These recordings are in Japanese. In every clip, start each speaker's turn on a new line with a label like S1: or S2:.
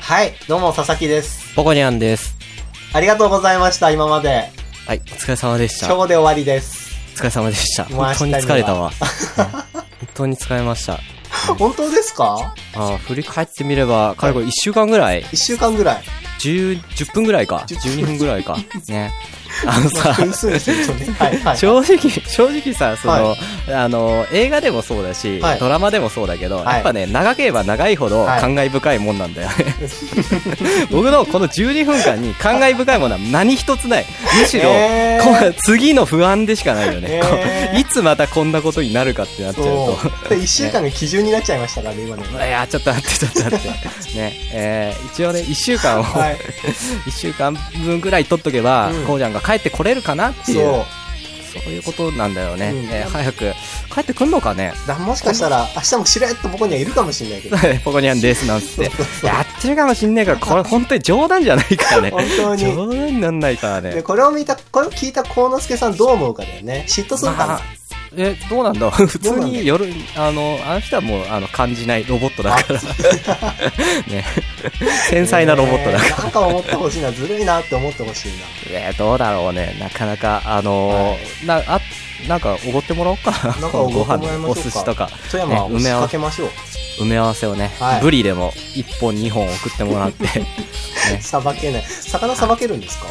S1: はい、どうも佐々木です。
S2: ポコニャンです。
S1: ありがとうございました、今まで。
S2: はい、お疲れ様でし
S1: 今
S2: た。お
S1: 日で終わりです。
S2: 疲れ様でした。
S1: もう明
S2: 本
S1: 日
S2: 当
S1: に
S2: に
S1: は
S2: 疲れたわ。うん本当に疲れました。
S1: 本当ですか
S2: あー振り返ってみれば、かれこれ1週間ぐらい、
S1: 一週間ぐらい。
S2: 10、10分ぐらいか、
S1: 10
S2: 12分ぐらいか。ね。あのさ、
S1: 分数にするとね。はい、 はい。
S2: 正直、正直さ、その、
S1: は
S2: あの、映画でもそうだし、
S1: はい
S2: ドラマでもそうだけど、
S1: はい
S2: やっぱね、長ければ長いほど
S1: はい
S2: 感慨深いもんなんだよね。 僕のこの12分間に感慨深いものは何一つない。むしろ、
S1: えー
S2: こう次の不安でしかないよね。
S1: えー
S2: こういつまたこんなことになるかってなっちゃうと。
S1: そう。で一週間が基準になっちゃいましたからね、今の。
S2: いやーちょっと待って、ちょっと待って。ね、えー一応ね、1週間を、
S1: はい。
S2: 1週間分ぐらい取っとけば、
S1: うん
S2: こうちゃんが帰ってこれるかなっていう。
S1: そ
S2: そういうことなんだよね。
S1: うん
S2: えー早く帰ってくんのかね。
S1: う。だもしかしたら、明日もしれっと僕にはいるかもしれないけど。
S2: ポコニャンですなんつって
S1: そうそうそう
S2: やってるかもしんねえからこれ本当に冗談じゃないからね
S1: 本当に。
S2: 冗談になんないから
S1: で、
S2: ね
S1: これを見た、これを聞いた幸之助さんどう思うかだよね。嫉妬するかな
S2: まあ。えどうなん だ普
S1: どう
S2: 通
S1: なんだ
S2: に夜あのあの人はもうあの感じないロボットだから ね繊細なロボットだから
S1: ねえなんか思ってほしいな、ずるいなって思ってほしいな。
S2: えーどうだろうねなかなかあのーなあなんかおごってもらおうか
S1: んかおご
S2: ご
S1: って
S2: 飯
S1: もらいましょうか
S2: お寿司とか
S1: 富山は
S2: ね
S1: 押しかけましょう。
S2: 埋め合わせをね、
S1: はい
S2: ブリでも1本2本送ってもらって ね
S1: さばけない。魚さばけるんですか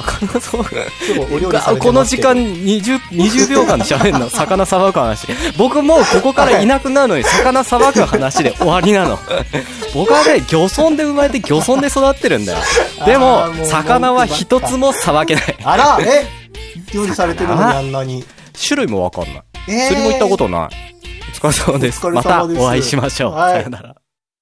S2: 魚そう
S1: 今日お料理されてますけど
S2: この時間20、20秒間で喋 るの魚さばく話。僕もうここからいなくなるのに、魚さばく話で終わりなの。僕はね、漁村で生まれて漁村で育ってるんだよ。で
S1: あーも
S2: も、
S1: う
S2: 魚は一つもさばけない。
S1: あら、え料理されてるのにあんなに。
S2: 種類もわかんない。
S1: えー
S2: 釣りも行ったことない。お疲れ様です。
S1: お疲れ様
S2: また
S1: です
S2: お会いしましょう。
S1: はい
S2: さよなら。